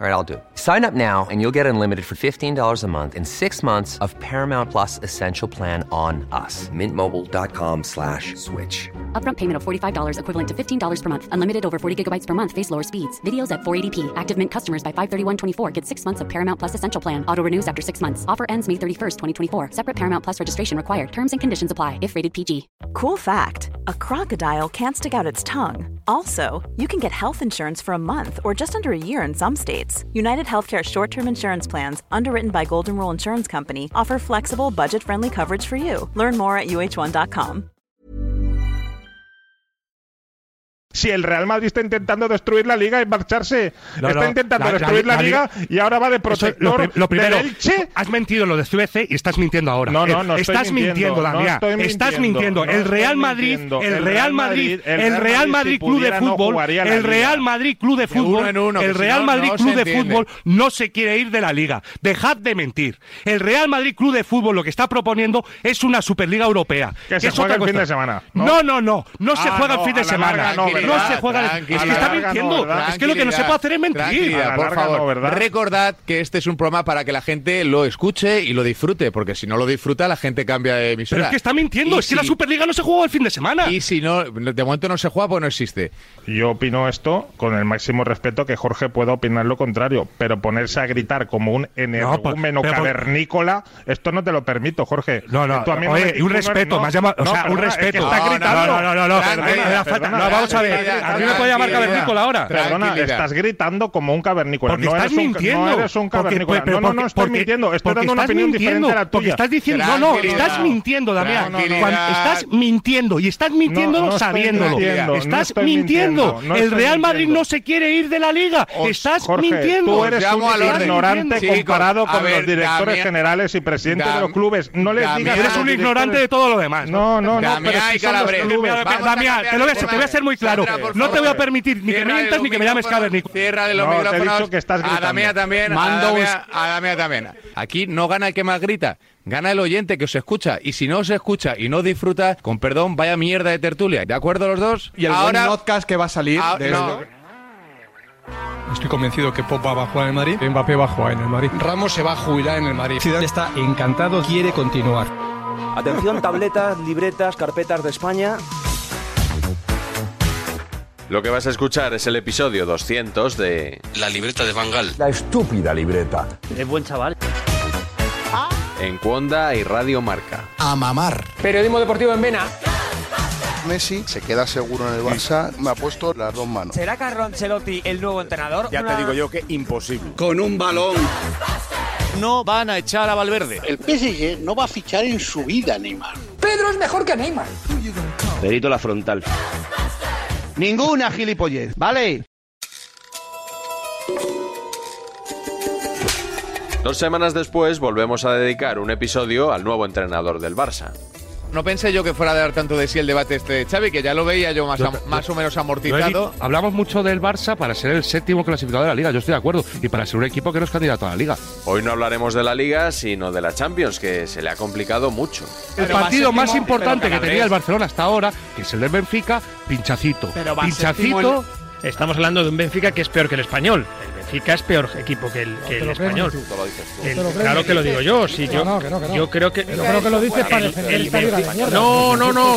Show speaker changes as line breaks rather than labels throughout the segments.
All right, I'll do. it. Sign up now and you'll get unlimited for $15 a month in six months of Paramount Plus Essential Plan on us. Mintmobile.com slash switch.
Upfront payment of $45 equivalent to $15 per month. Unlimited over 40 gigabytes per month. Face lower speeds. Videos at 480p. Active Mint customers by 531.24 get six months of Paramount Plus Essential Plan. Auto renews after six months. Offer ends May 31st, 2024. Separate Paramount Plus registration required. Terms and conditions apply if rated PG.
Cool fact a crocodile can't stick out its tongue. Also, you can get health insurance for a month or just under a year in some states. United Healthcare short term insurance plans, underwritten by Golden Rule Insurance Company, offer flexible, budget friendly coverage for you. Learn more at uh1.com.
Si el Real Madrid está intentando destruir la liga y marcharse,
No,
está
no,
intentando
la- la-
destruir la,
la
liga
liga-
y ahora va de
Eso es lo,
protector
pri- lo primero,
del Elche.
has mentido en lo de Suece y estás mintiendo ahora.
No, no, no
Eh,
estoy
estás
mintiendo,
mintiendo,
no
Damián.
estoy
estás
mintiendo,
mintiendo.
no
el
estoy
Real Madrid,
mintiendo.
el Real Madrid, el Real Madrid
si
Club de
pudiera, no
Fútbol,
jugaría la
el Real
liga.
Madrid Club de
De uno
Fútbol,
en uno, que
el
si
Real
no,
Madrid
no
Club
se
de
entiende.
Fútbol no se quiere ir de la liga. Dejad de mentir. El Real Madrid Club de Fútbol lo que está proponiendo es una Superliga Europea.
Que se
es
juega
otra
el fin
cosa.
de semana, ¿no?
No, no, no, no, se
Ah,
juega
no,
el fin
a
de
la
semana.
larga no,
no
¿verdad?
se juega. el- Es que
Tranquilidad,
está
larga no,
mintiendo.
¿verdad?
es que lo que no se puede hacer es mentir.
A
Tranquilidad,
la
Ah, por
larga
favor.
no, ¿verdad?
Recordad que este es un programa para que la gente lo escuche y lo disfrute, porque si no lo disfruta, la gente cambia de emisora.
Pero es que está mintiendo,
Y
es que la
si-
Superliga no se jugó el fin de semana.
Y si no, de momento no se juega porque no existe.
Yo opino esto con el máximo respeto que Jorge pueda opinar lo contrario, pero ponerse a gritar como un energúmeno
pues, pero-
cavernícola, esto no te lo permito, Jorge.
No, no,
Tú a mí
oye,
me-
y un
tú no-
respeto,
no,
me has llamado- o
no,
sea, un
perdona, es que
respeto.
está
No, no,
gritando.
no, no, no, no,
Tranquila,
perdona, me da falta-
perdona,
no, vamos a ver,
tranquila,
a mí me puede llamar
tranquila.
cavernícola ahora.
Perdona,
Tranquilidad.
estás gritando como un cavernícola.
Porque
no
estás
eres un,
mintiendo.
No eres un
Porque-
cavernícola.
pero-
no, no, no estoy
porque-
mintiendo. Estoy
porque
dando una
estás
opinión diferente a la tuya.
Porque estás diciendo, no, no,
Tranquilidad.
estás mintiendo, Damián.
Tranquilidad.
Cuando- estás mintiendo y estás mintiéndolo
No, no estoy
sabiéndolo.
mintiendo, no
estás
estoy
mintiendo.
mintiendo, no
el
estoy
Real Madrid
mintiendo.
no se quiere ir de la liga.
Os-
estás
Jorge,
mintiendo.
tú eres
Os llamo
un
al orden.
ignorante
Chicos,
comparado
a
con los
ver,
directores
Damián-
generales y presidentes de los
Dam-
clubes. No les
Damián-
digas a
Eres
los
un
directores-
ignorante de todo lo demás.
No, no, no.
Damián
pero
y
si son los
Calabres.
clubes.
Vamos a
Damián,
cambiar
te lo voy a
de
decir, te
tema.
voy a ser muy claro.
Sandra, por
no te
favor.
voy a permitir ni que
Cierra
me mientas
un
ni que me llames
micrófono,
cavernícola.
Cierra de los
No, te he
micrófonos.
dicho que estás
A
gritando.
Damián también.
Mando
a,
un-
Damián, a Damián también. Aquí no gana el que más grita. Gana el oyente que os escucha. Y si no os escucha y no disfruta, con perdón, vaya mierda de tertulia. ¿De acuerdo los dos?
Y el
Ahora,
buen podcast que va a salir
Ah,
de
no.
Estoy convencido que Pogba va a jugar en el Madrid, Mbappé va a jugar en el Madrid, Ramos se va a jubilar en el Madrid. Ciudad está encantado, quiere continuar.
Atención, tabletas, libretas, carpetas de España.
Lo que vas a escuchar es el episodio 200 de
La libreta de Bangal.
La estúpida libreta. Es buen chaval.
En Cuonda y Radio Marca.
A mamar.
Periodismo deportivo en Vena.
Messi se queda seguro en el Barça, me ha puesto las dos manos.
¿Será Carlo Ancelotti el nuevo entrenador? Ya te digo yo.
Con un balón.
no van a echar a Valverde.
El PSG no va a fichar en su vida, Neymar.
Pedro es mejor que Neymar.
Perito la frontal.
Ninguna gilipollez, ¿vale?
Dos semanas después volvemos a dedicar un episodio al nuevo entrenador del Barça.
No pensé yo que fuera a dar tanto de sí el debate este de Xavi, que ya lo veía yo más,
Yo-
am-
yo-
más o menos
Yo he
amortizado.
dicho- hablamos mucho del Barça para ser el séptimo clasificado de la liga, yo estoy de acuerdo, y para ser un equipo que no es candidato a la liga.
Hoy no hablaremos de la Liga, sino de la Champions, que se le ha complicado mucho.
El
Pero va
partido más
séptimo,
importante
pero
que
Calabres.
tenía el Barcelona hasta ahora, que es el del Benfica, pinchacito. pinchacito.
Estamos hablando de un Benfica que es peor que el español. El Benfica es peor equipo que el, que el español.
Esto lo dices tú.
El- claro que lo digo yo. Sí, yo, yo creo que. Yo creo que lo dices para No, no, no.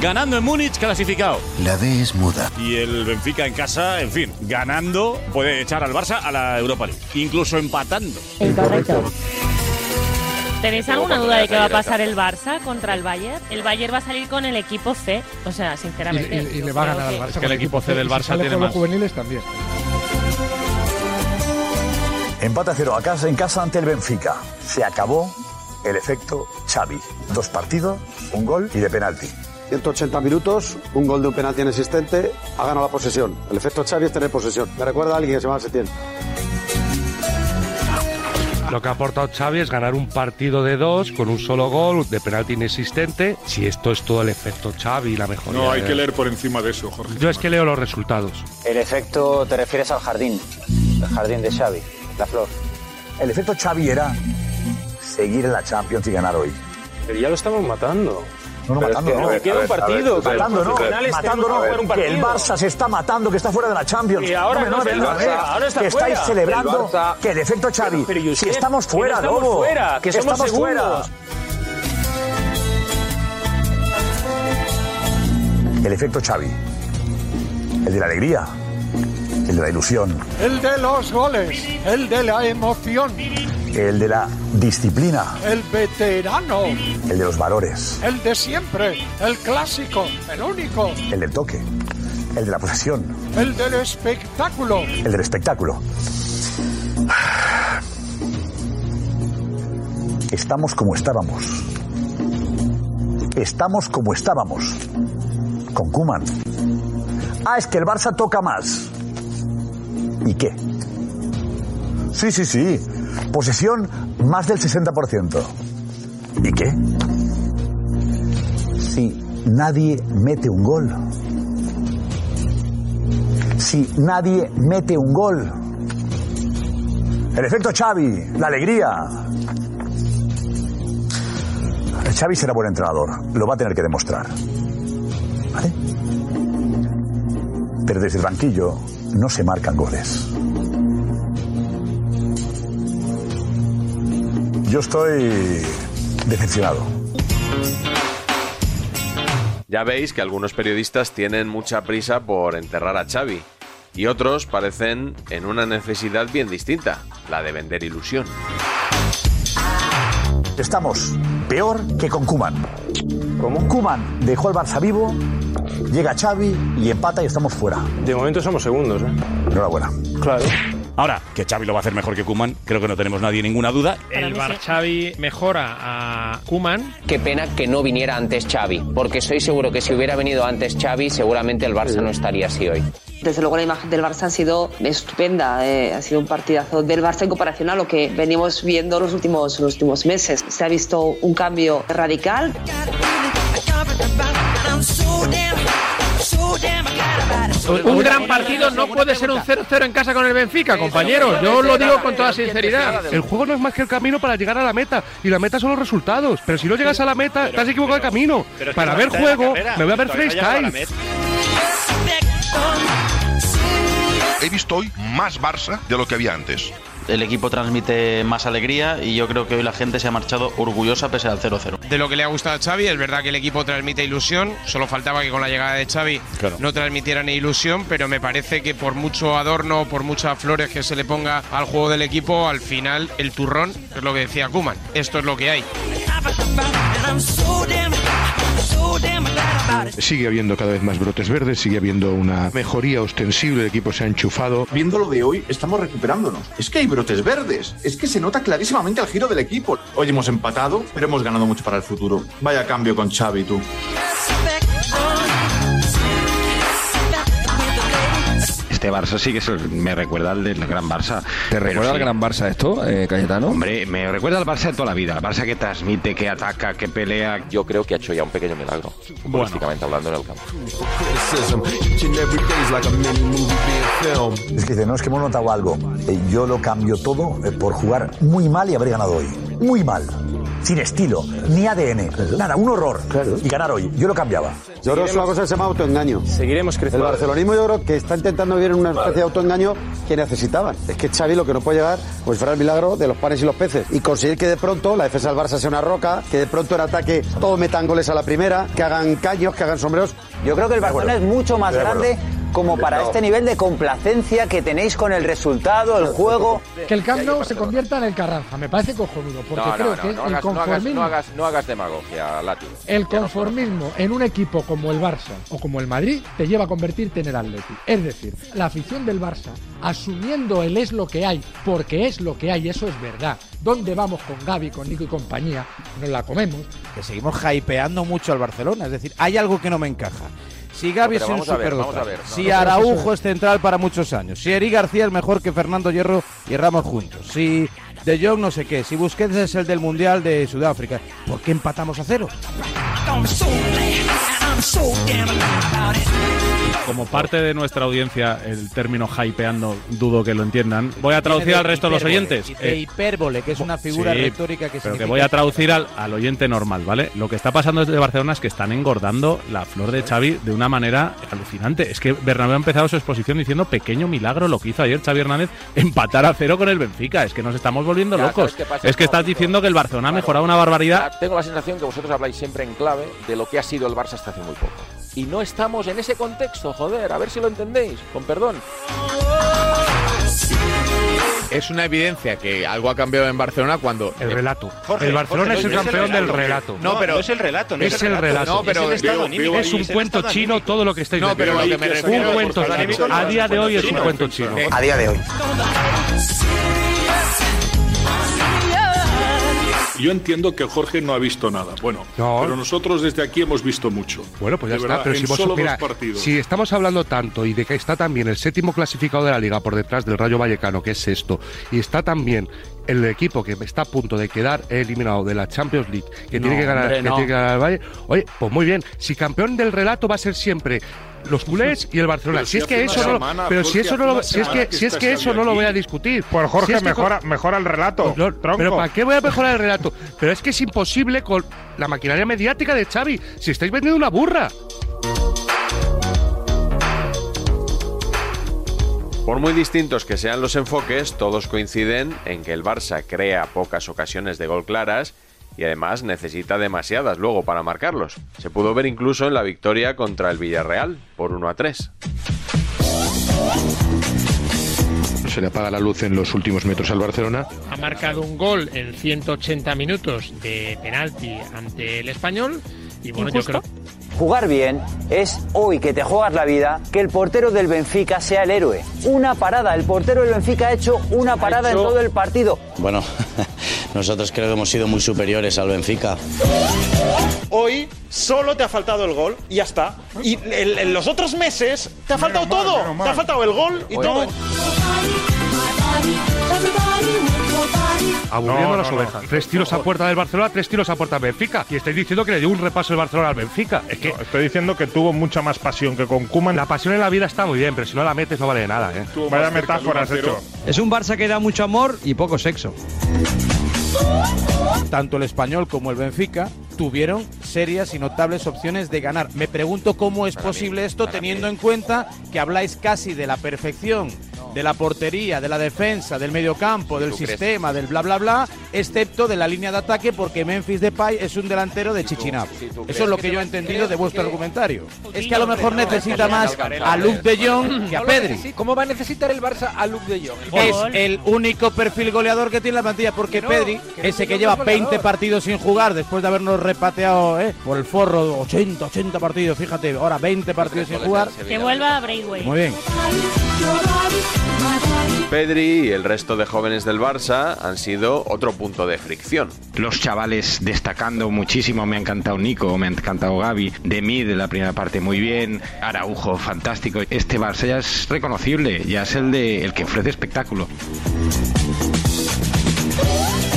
Ganando en Múnich, clasificado.
La D es muda.
Y el Benfica en casa, en fin, ganando, puede echar al Barça a la Europa League. Incluso empatando.
¿Tenéis alguna duda de qué va a pasar el
Barça contra el Bayern. El Bayern va a salir con el equipo C. O sea, sinceramente.
le va a ganar al Barça. que el equipo C del Barça tiene más.
Empate a cero a casa en casa ante el Benfica. Se acabó el efecto Xavi. Dos partidos, un gol y de penalti.
180 minutos, un gol de un penalti inexistente, ha ganado la posesión. El efecto Xavi es tener posesión. Me recuerda a alguien que se llama Setién.
Lo que ha aportado Xavi es ganar un partido de dos con un solo gol de penalti inexistente. Si esto es todo el efecto Xavi, la mejoría.
No, hay
de-
que leer por encima de eso, Jorge.
Yo es que leo los resultados.
El efecto te refieres al jardín. El jardín de Xavi, la flor. El efecto Xavi era seguir en la Champions y ganar hoy.
Pero ya lo estamos matando.
No, no,
Pero
matando,
es que
no.
no, queda un partido, que
pues, Matando,
los
no.
finales
Matando,
tenemos que jugar un
no. Que el
partido.
Barça se está matando, que está fuera de la Champions.
Y ahora
Hombre,
no
me
es el
vengas,
Barça,
eh.
ahora está
Que estáis
fuera.
celebrando
El Barça-
que el efecto Xavi.
Pero, Josep,
si estamos
que no
fuera,
estamos
Lobo.
fuera, que somos
estamos fuera.
segundos.
El efecto Xavi. El de la alegría. El de la ilusión.
El de los goles, el de la emoción,
El de la disciplina.
el veterano,
El de los valores.
el de siempre, el clásico, el único,
El del toque. El de la posesión.
el del espectáculo.
El del espectáculo. Estamos como estábamos. Estamos como estábamos. Con Kuman. Ah, es que el Barça toca más. ¿Y qué? Sí, sí, sí. Posesión más del 60%. ¿Y qué? Si nadie mete un gol. Si nadie mete un gol. El efecto Xavi, la alegría. Xavi será buen entrenador, lo va a tener que demostrar. ¿Vale? Pero desde el banquillo no se marcan goles. Yo estoy decepcionado.
Ya veis que algunos periodistas tienen mucha prisa por enterrar a Xavi y otros parecen en una necesidad bien distinta, la de vender ilusión.
Estamos peor que con Kuman. Como Kuman dejó al Barça vivo, llega Xavi y empata y estamos fuera.
De momento somos segundos, ¿eh?
Enhorabuena.
Claro.
Ahora, que Xavi lo va a hacer mejor que Kuman, creo que no tenemos nadie ninguna duda.
El Bar Xavi mejora a Kuman. Qué pena que no viniera antes Xavi, porque estoy seguro que si hubiera venido antes Xavi, seguramente el Barça no estaría así hoy.
Desde luego la imagen del Barça ha sido estupenda, eh, ha sido un partidazo del Barça en comparación a lo que venimos viendo los últimos, los últimos meses. Se ha visto un cambio radical.
Un gran partido no puede ser un 0-0 en casa con el
Eh,
Benfica, compañeros. Yo os lo digo con toda sinceridad.
El juego no es más que el camino para llegar a la meta. Y la meta son los resultados. Pero si no llegas a la meta, te has equivocado de camino.
pero es que
Para
no
ver
está en la
juego,
carrera,
me voy a ver
todavía no ha llegado a la
freestyle.
He visto hoy más Barça de lo que había antes.
El equipo transmite más alegría y yo creo que hoy la gente se ha marchado orgullosa pese al 0-0.
De lo que le ha gustado a Xavi, es verdad que el equipo transmite ilusión, solo faltaba que con la llegada de Xavi no transmitiera ni ilusión, pero me parece que por mucho adorno, por muchas flores que se le ponga al juego del equipo, al final el turrón es lo que decía Kuman, esto es lo que hay.
Sigue habiendo cada vez más brotes verdes, sigue habiendo una mejoría ostensible, el equipo se ha enchufado. Viendo lo de hoy, estamos recuperándonos.
Es que hay brotes verdes. Es que se nota clarísimamente el giro del equipo. Hoy hemos empatado, pero hemos ganado mucho para el futuro. Vaya cambio con Xavi, tú.
Este Barça sí que es el- me recuerda al del Gran Barça. ¿Te
recuerda al Gran Barça esto, eh, Cayetano?
Hombre, me recuerda al Barça de toda la vida. Al Barça que transmite, que ataca, que pelea. Yo creo que ha hecho ya un pequeño milagro,
futbolísticamente hablando en el campo.
Es que dice, no, es que hemos notado algo. Eh, Yo lo cambio todo eh, por jugar muy mal y haber ganado hoy. Muy mal. Sin estilo, ni ADN, nada, un horror. Y ganar hoy. Yo lo cambiaba.
Yo creo que es una cosa que se llama autoengaño.
Seguiremos
El
creciendo.
barcelonismo yo creo que está intentando vivir en una especie de autoengaño que necesitaban. Es que Xavi lo que no puede llegar pues fuera el milagro de los panes y los peces. Y conseguir que de pronto la defensa del Barça sea una roca, que de pronto en ataque todos metan goles a la primera, que hagan caños, que hagan sombreros.
Yo creo que el
De acuerdo.
Barcelona es mucho más
De acuerdo.
grande como para
No.
este nivel de complacencia que tenéis con el resultado, el juego.
Que el Camp Nou se convierta en el Carranza, me parece cojonudo, porque
No,
creo
no, no,
que
no
el
hagas, no, hagas,
conformismo, Eh.
no, hagas, no hagas demagogia, látigo.
el conformismo en un equipo como el Barça o como el Madrid te lleva a convertirte en el Atleti. Es decir, la afición del Barça, asumiendo el es lo que hay, porque es lo que hay, eso es verdad. ¿Dónde vamos con Gaby, con Nico y compañía? Nos la comemos.
Que seguimos hypeando mucho al Barcelona. Es decir, hay algo que no me encaja. Si Gaby
No,
es
pero
un
vamos a ver,
superdotado,
vamos a ver, no,
si
no, no,
Araujo
eso
es central para muchos años, si Eri García es mejor que Fernando Hierro y Ramos juntos, si De Jong no sé qué, si Busquets es el del Mundial de Sudáfrica, ¿por qué empatamos a cero?
I'm so damn alive about it.
Como parte de nuestra audiencia, el término hypeando dudo que lo entiendan. Voy a traducir
Viene de
al resto de los
hipérbole,
oyentes.
De
Eh,
hipérbole, que es una figura
sí,
retórica que
pero
significa
que voy a traducir al, al oyente normal, ¿vale? Lo que está pasando desde Barcelona es que están engordando la flor de Xavi de una manera alucinante. Es que Bernabéu ha empezado su exposición diciendo pequeño milagro lo que hizo ayer Xavi Hernández, empatar a cero con el Benfica. Es que nos estamos volviendo
Ya,
locos.
¿sabes qué pasa?
Es que estás diciendo que el Barcelona ha mejorado una barbaridad.
Ya, Tengo la sensación que vosotros habláis siempre en clave de lo que ha sido el Barça hasta hace muy poco. Y no estamos en ese contexto, joder, a ver si lo entendéis, con perdón.
Es una evidencia que algo ha cambiado en Barcelona cuando. El
relato.
Jorge,
el Barcelona
Jorge,
es el
no
campeón del
relato.
relato.
No, pero. no
es el relato.
No, pero.
es, un cuento chino todo lo que estáis
No, pero
diciendo.
lo que me refiero
un
es-
cuento
Anímico
chino.
no,
A
es
día
un
de hoy
cuento
es un
chino.
cuento chino.
Eh, a día de hoy.
Yo entiendo que Jorge no ha visto nada. Bueno, pero nosotros desde aquí hemos visto mucho.
Bueno, pues ya
De
está.
verdad,
pero
en
si, vos-
solo
mira,
dos partidos.
si estamos hablando tanto y de que está también el séptimo clasificado de la liga por detrás del Rayo Vallecano, que es esto, y está también el equipo que está a punto de quedar eliminado de la Champions League, que,
No,
tiene, que ganar,
hombre,
que
no.
tiene que ganar el Valle, oye, pues muy bien, si campeón del relato va a ser siempre los culés y el Barcelona.
Pero
Si
si
es que
hace
eso
una
no lo-
semana,
pero si
Jorge,
eso no
hace
lo-
una
si es
semana
que
que
si es
está
que eso
Xavi
no lo voy a
aquí.
discutir.
Pues, Jorge,
Si es que
mejora-
con-
mejora el relato,
Pues no,
tronco.
Pero ¿para qué voy a mejorar el relato? Pero es que es imposible con la maquinaria mediática de Xavi, si estáis vendiendo una burra.
Por muy distintos que sean los enfoques, todos coinciden en que el Barça crea pocas ocasiones de gol claras y además necesita demasiadas luego para marcarlos. Se pudo ver incluso en la victoria contra el Villarreal por 1 a 3.
Se le apaga la luz en los últimos metros al Barcelona.
Ha marcado un gol en 180 minutos de penalti ante el español. Y bueno, yo creo.
Jugar bien es hoy que te juegas la vida que el portero del Benfica sea el héroe. Una parada, el portero del Benfica ha hecho una parada en todo el partido.
Bueno, nosotros creo que hemos sido muy superiores al Benfica. Hoy solo te ha faltado el gol y ya está. Y en, en los otros meses te ha faltado todo. Te ha faltado el gol y todo.
Aburriendo
No,
las
no, no.
ovejas. Tres tiros a puerta del Barcelona, tres tiros a puerta del Benfica. Y estáis diciendo que le dio un repaso el Barcelona al Benfica. Es que
estoy diciendo que tuvo mucha más pasión que con Kuman.
La pasión en la vida está muy bien, pero si no la metes no vale de nada. ¿eh?
Vaya metáfora has hecho.
Es un Barça que da mucho amor y poco sexo. Tanto el español como el Benfica tuvieron serias y notables opciones de ganar. Me pregunto cómo es posible esto teniendo en cuenta que habláis casi de la perfección, de la portería, de la defensa, del mediocampo, del
tú crees-
sistema, del bla bla bla, excepto de la línea de ataque porque Memphis Depay es un delantero de Chichinap.
crees
Eso es lo
que
que yo he entendido de vuestro argumentario.
Eh,
Es que a lo mejor
No,
necesita
no,
más
no,
a Luke de Jong que a
No lo
Pedri.
necesita. ¿Cómo va a necesitar el Barça a Luke de Jong?
Es el único perfil goleador que tiene la plantilla porque
Que no,
Pedri,
que no,
ese
que
que
no
lleva
es goleador.
20 partidos sin jugar después de habernos repateado eh, por el forro 80, 80 partidos, fíjate, ahora 20 partidos sin jugar.
Que vuelva a Braithwaite.
Muy bien.
Pedri y el resto de jóvenes del Barça han sido otro punto de fricción.
Los chavales destacando muchísimo, me ha encantado Nico, me ha encantado Gaby, de mí de la primera parte muy bien, Araujo, fantástico. Este Barça ya es reconocible, ya es el de el que ofrece espectáculo.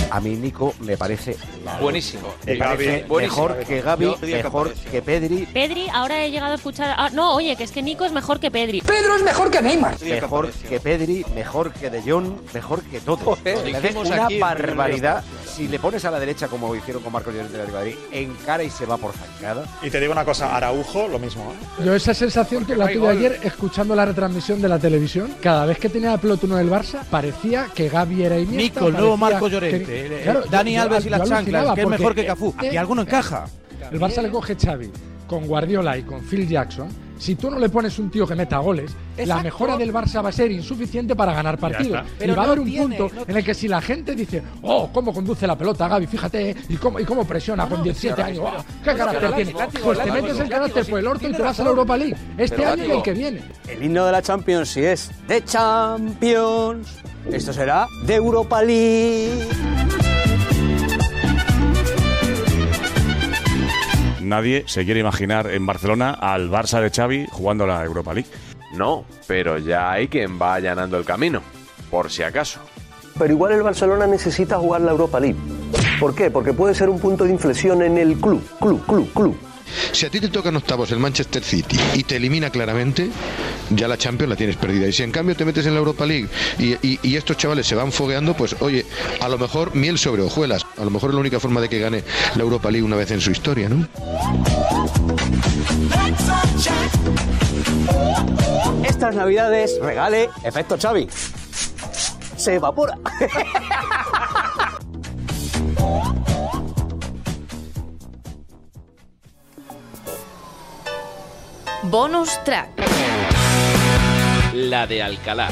A mí Nico me parece
Buenísimo.
me parece mejor que Gaby, mejor que Pedri,
Pedri, ahora he llegado a escuchar. ah, no, oye, que es que Nico es mejor que Pedri.
Pedro es mejor que Neymar.
Sí, que
mejor que Pedri, mejor que De Jong, mejor que todo.
Joder,
Me
lo
parece
dijimos
una
aquí en
barbaridad. Si le pones a la derecha como hicieron con Marcos Llorente del Madrid, encara y se va por zancada.
Y te digo una cosa, Araujo, lo mismo. ¿eh?
Yo esa sensación que la
hay
tuve
gol.
ayer escuchando la retransmisión de la televisión. Cada vez que tenía el plot uno del Barça, parecía que Gaby era Iniesta.
Nico, el nuevo
parecía
Marco
que-
Llorente, el- el
yo-
Dani
yo-
Alves y
yo
las
alucinaba
chanclas, que
porque
es
eh,
mejor que Cafú. Y alguno encaja.
El Barça le coge Xavi con Guardiola y con Phil Jackson. Si tú no le pones un tío que meta goles, la Exacto.
mejora
del Barça va a ser insuficiente para ganar partidos. está.
Pero
y va a
no
haber un
tiene,
punto
no
en el que si la gente dice, oh, cómo conduce la pelota Gaby, fíjate, eh, y cómo, y cómo presiona con 17
ahora
años,
mismo-
oh,
pero
qué
si
carácter
ahora
tiene.
mismo- látigo,
Pues te
látigo,
metes el
látigo,
carácter
sí,
por el orto y
tiene
te vas a la
razón.
Europa League. Este
Pero
año y
látigo.
el que viene.
El himno de la Champions, si es de Champions, esto será de Europa League.
Nadie se quiere imaginar en Barcelona al Barça de Xavi jugando la Europa League.
No, pero ya hay quien va allanando el camino, por si acaso.
Pero igual el Barcelona necesita jugar la Europa League.
¿Por qué? Porque puede ser un punto de inflexión en el club, club, club, club.
Si a ti te tocan octavos el Manchester City y te elimina claramente, ya la Champions la tienes perdida. Y si en cambio te metes en la Europa League y, y- y estos chavales se van fogueando, pues oye, a lo mejor miel sobre hojuelas. A lo mejor es la única forma de que gane la Europa League una vez en su historia, ¿no?
Estas navidades regale efecto Xavi. Se evapora.
Bonus track.
La de Alcalá.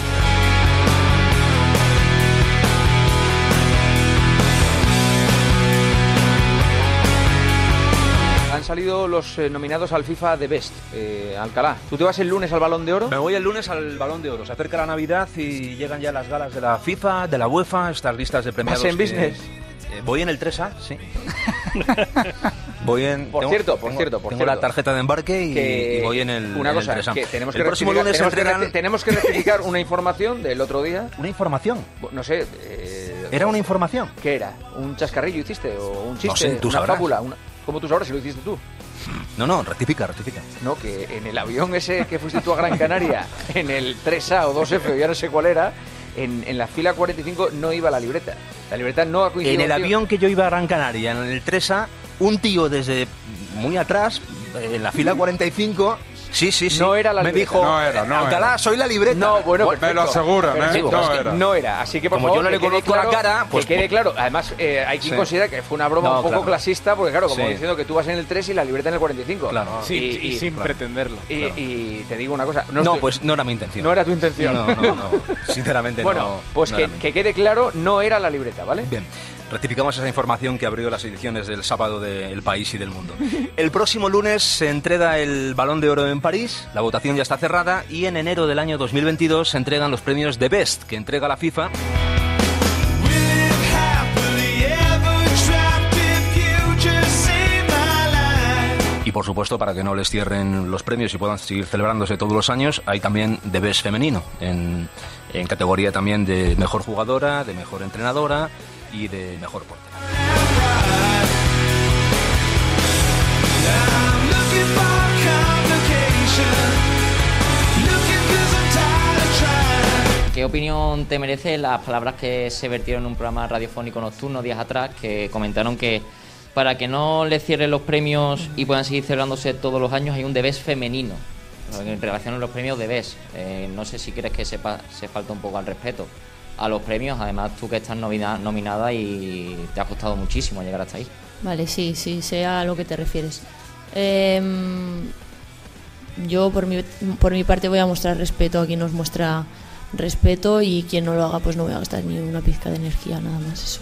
Han salido los eh, nominados al FIFA de Best, eh, Alcalá. ¿Tú te vas el lunes al Balón de Oro?
Me voy el lunes al Balón de Oro. Se acerca la Navidad y llegan ya las galas de la FIFA, de la UEFA, estas listas de premiados.
en
que-
business?
Eh, voy en el 3A, sí. voy en.
Por cierto, por cierto, por
tengo
cierto.
la tarjeta de embarque y,
Que-
y voy en el.
Una
en el
cosa,
3A.
que tenemos
el
que
próximo
rectificar-
lunes
tenemos,
entregan.
que, rec- tenemos que rectificar una información del otro día.
¿Una información?
No sé. eh,
¿Era una información?
¿Qué era? ¿Un chascarrillo hiciste? ¿O un chiste?
sé, tú
¿Una
sabrás.
fábula? Una... ¿Cómo tú sabrás si lo hiciste tú?
No, no, rectifica, rectifica.
No, que en el avión ese que fuiste tú a Gran Canaria, en el 3A o 2F, ya no sé cuál era, en, en la fila 45 no iba la libreta. La libreta no ha coincidido.
En el
contigo.
avión que yo iba a Gran Canaria, en el 3A, un tío desde muy atrás, en la fila 45. Sí, sí, sí. No
era la
Me
libreta.
dijo,
No era, no
Alcalá,
era.
soy la libreta.
No, bueno, perfecto. Pero sí,
Pero
es
es
que
que
no era. Así que por
Como
favor,
yo no
que
le
quede
conozco la
claro-
cara, pues-
que quede claro. Además, eh, hay quien
Sí.
considera que fue una broma
No,
un poco
claro.
clasista, porque claro, como
Sí.
diciendo que tú vas en el 3 y la libreta en el 45.
Claro. Sí, y sin
pretenderlo. Y, y te digo una cosa.
No,
estoy-
pues no era mi intención.
No era tu intención.
No, no, no. Sinceramente
bueno,
no.
pues
no
que,
era mi-
que quede claro, no era la libreta, ¿vale?
Bien. Rectificamos esa información que abrió las ediciones del sábado del país y del mundo. El próximo lunes se entrega el Balón de Oro en París, la votación ya está cerrada y en enero del año 2022 se entregan los premios de Best que entrega la FIFA. Y por supuesto, para que no les cierren los premios y puedan seguir celebrándose todos los años, hay también de Best femenino, en, en categoría también de mejor jugadora, de mejor entrenadora y de mejor portero.
¿Qué opinión te merece las palabras que se vertieron en un programa radiofónico nocturno días atrás que comentaron que para que no les cierren los premios y puedan seguir celebrándose todos los años hay un debes femenino en relación a los premios debes? no sé si crees que sepa, se falta un poco al respeto a los premios, además tú que estás nomina- nominada y te ha costado muchísimo llegar hasta ahí.
Vale, sí, sí, sé a lo que te refieres. Em, yo por mi, por mi parte voy a mostrar respeto a quien nos muestra respeto y quien no lo haga pues no voy a gastar ni una pizca de energía, nada más eso.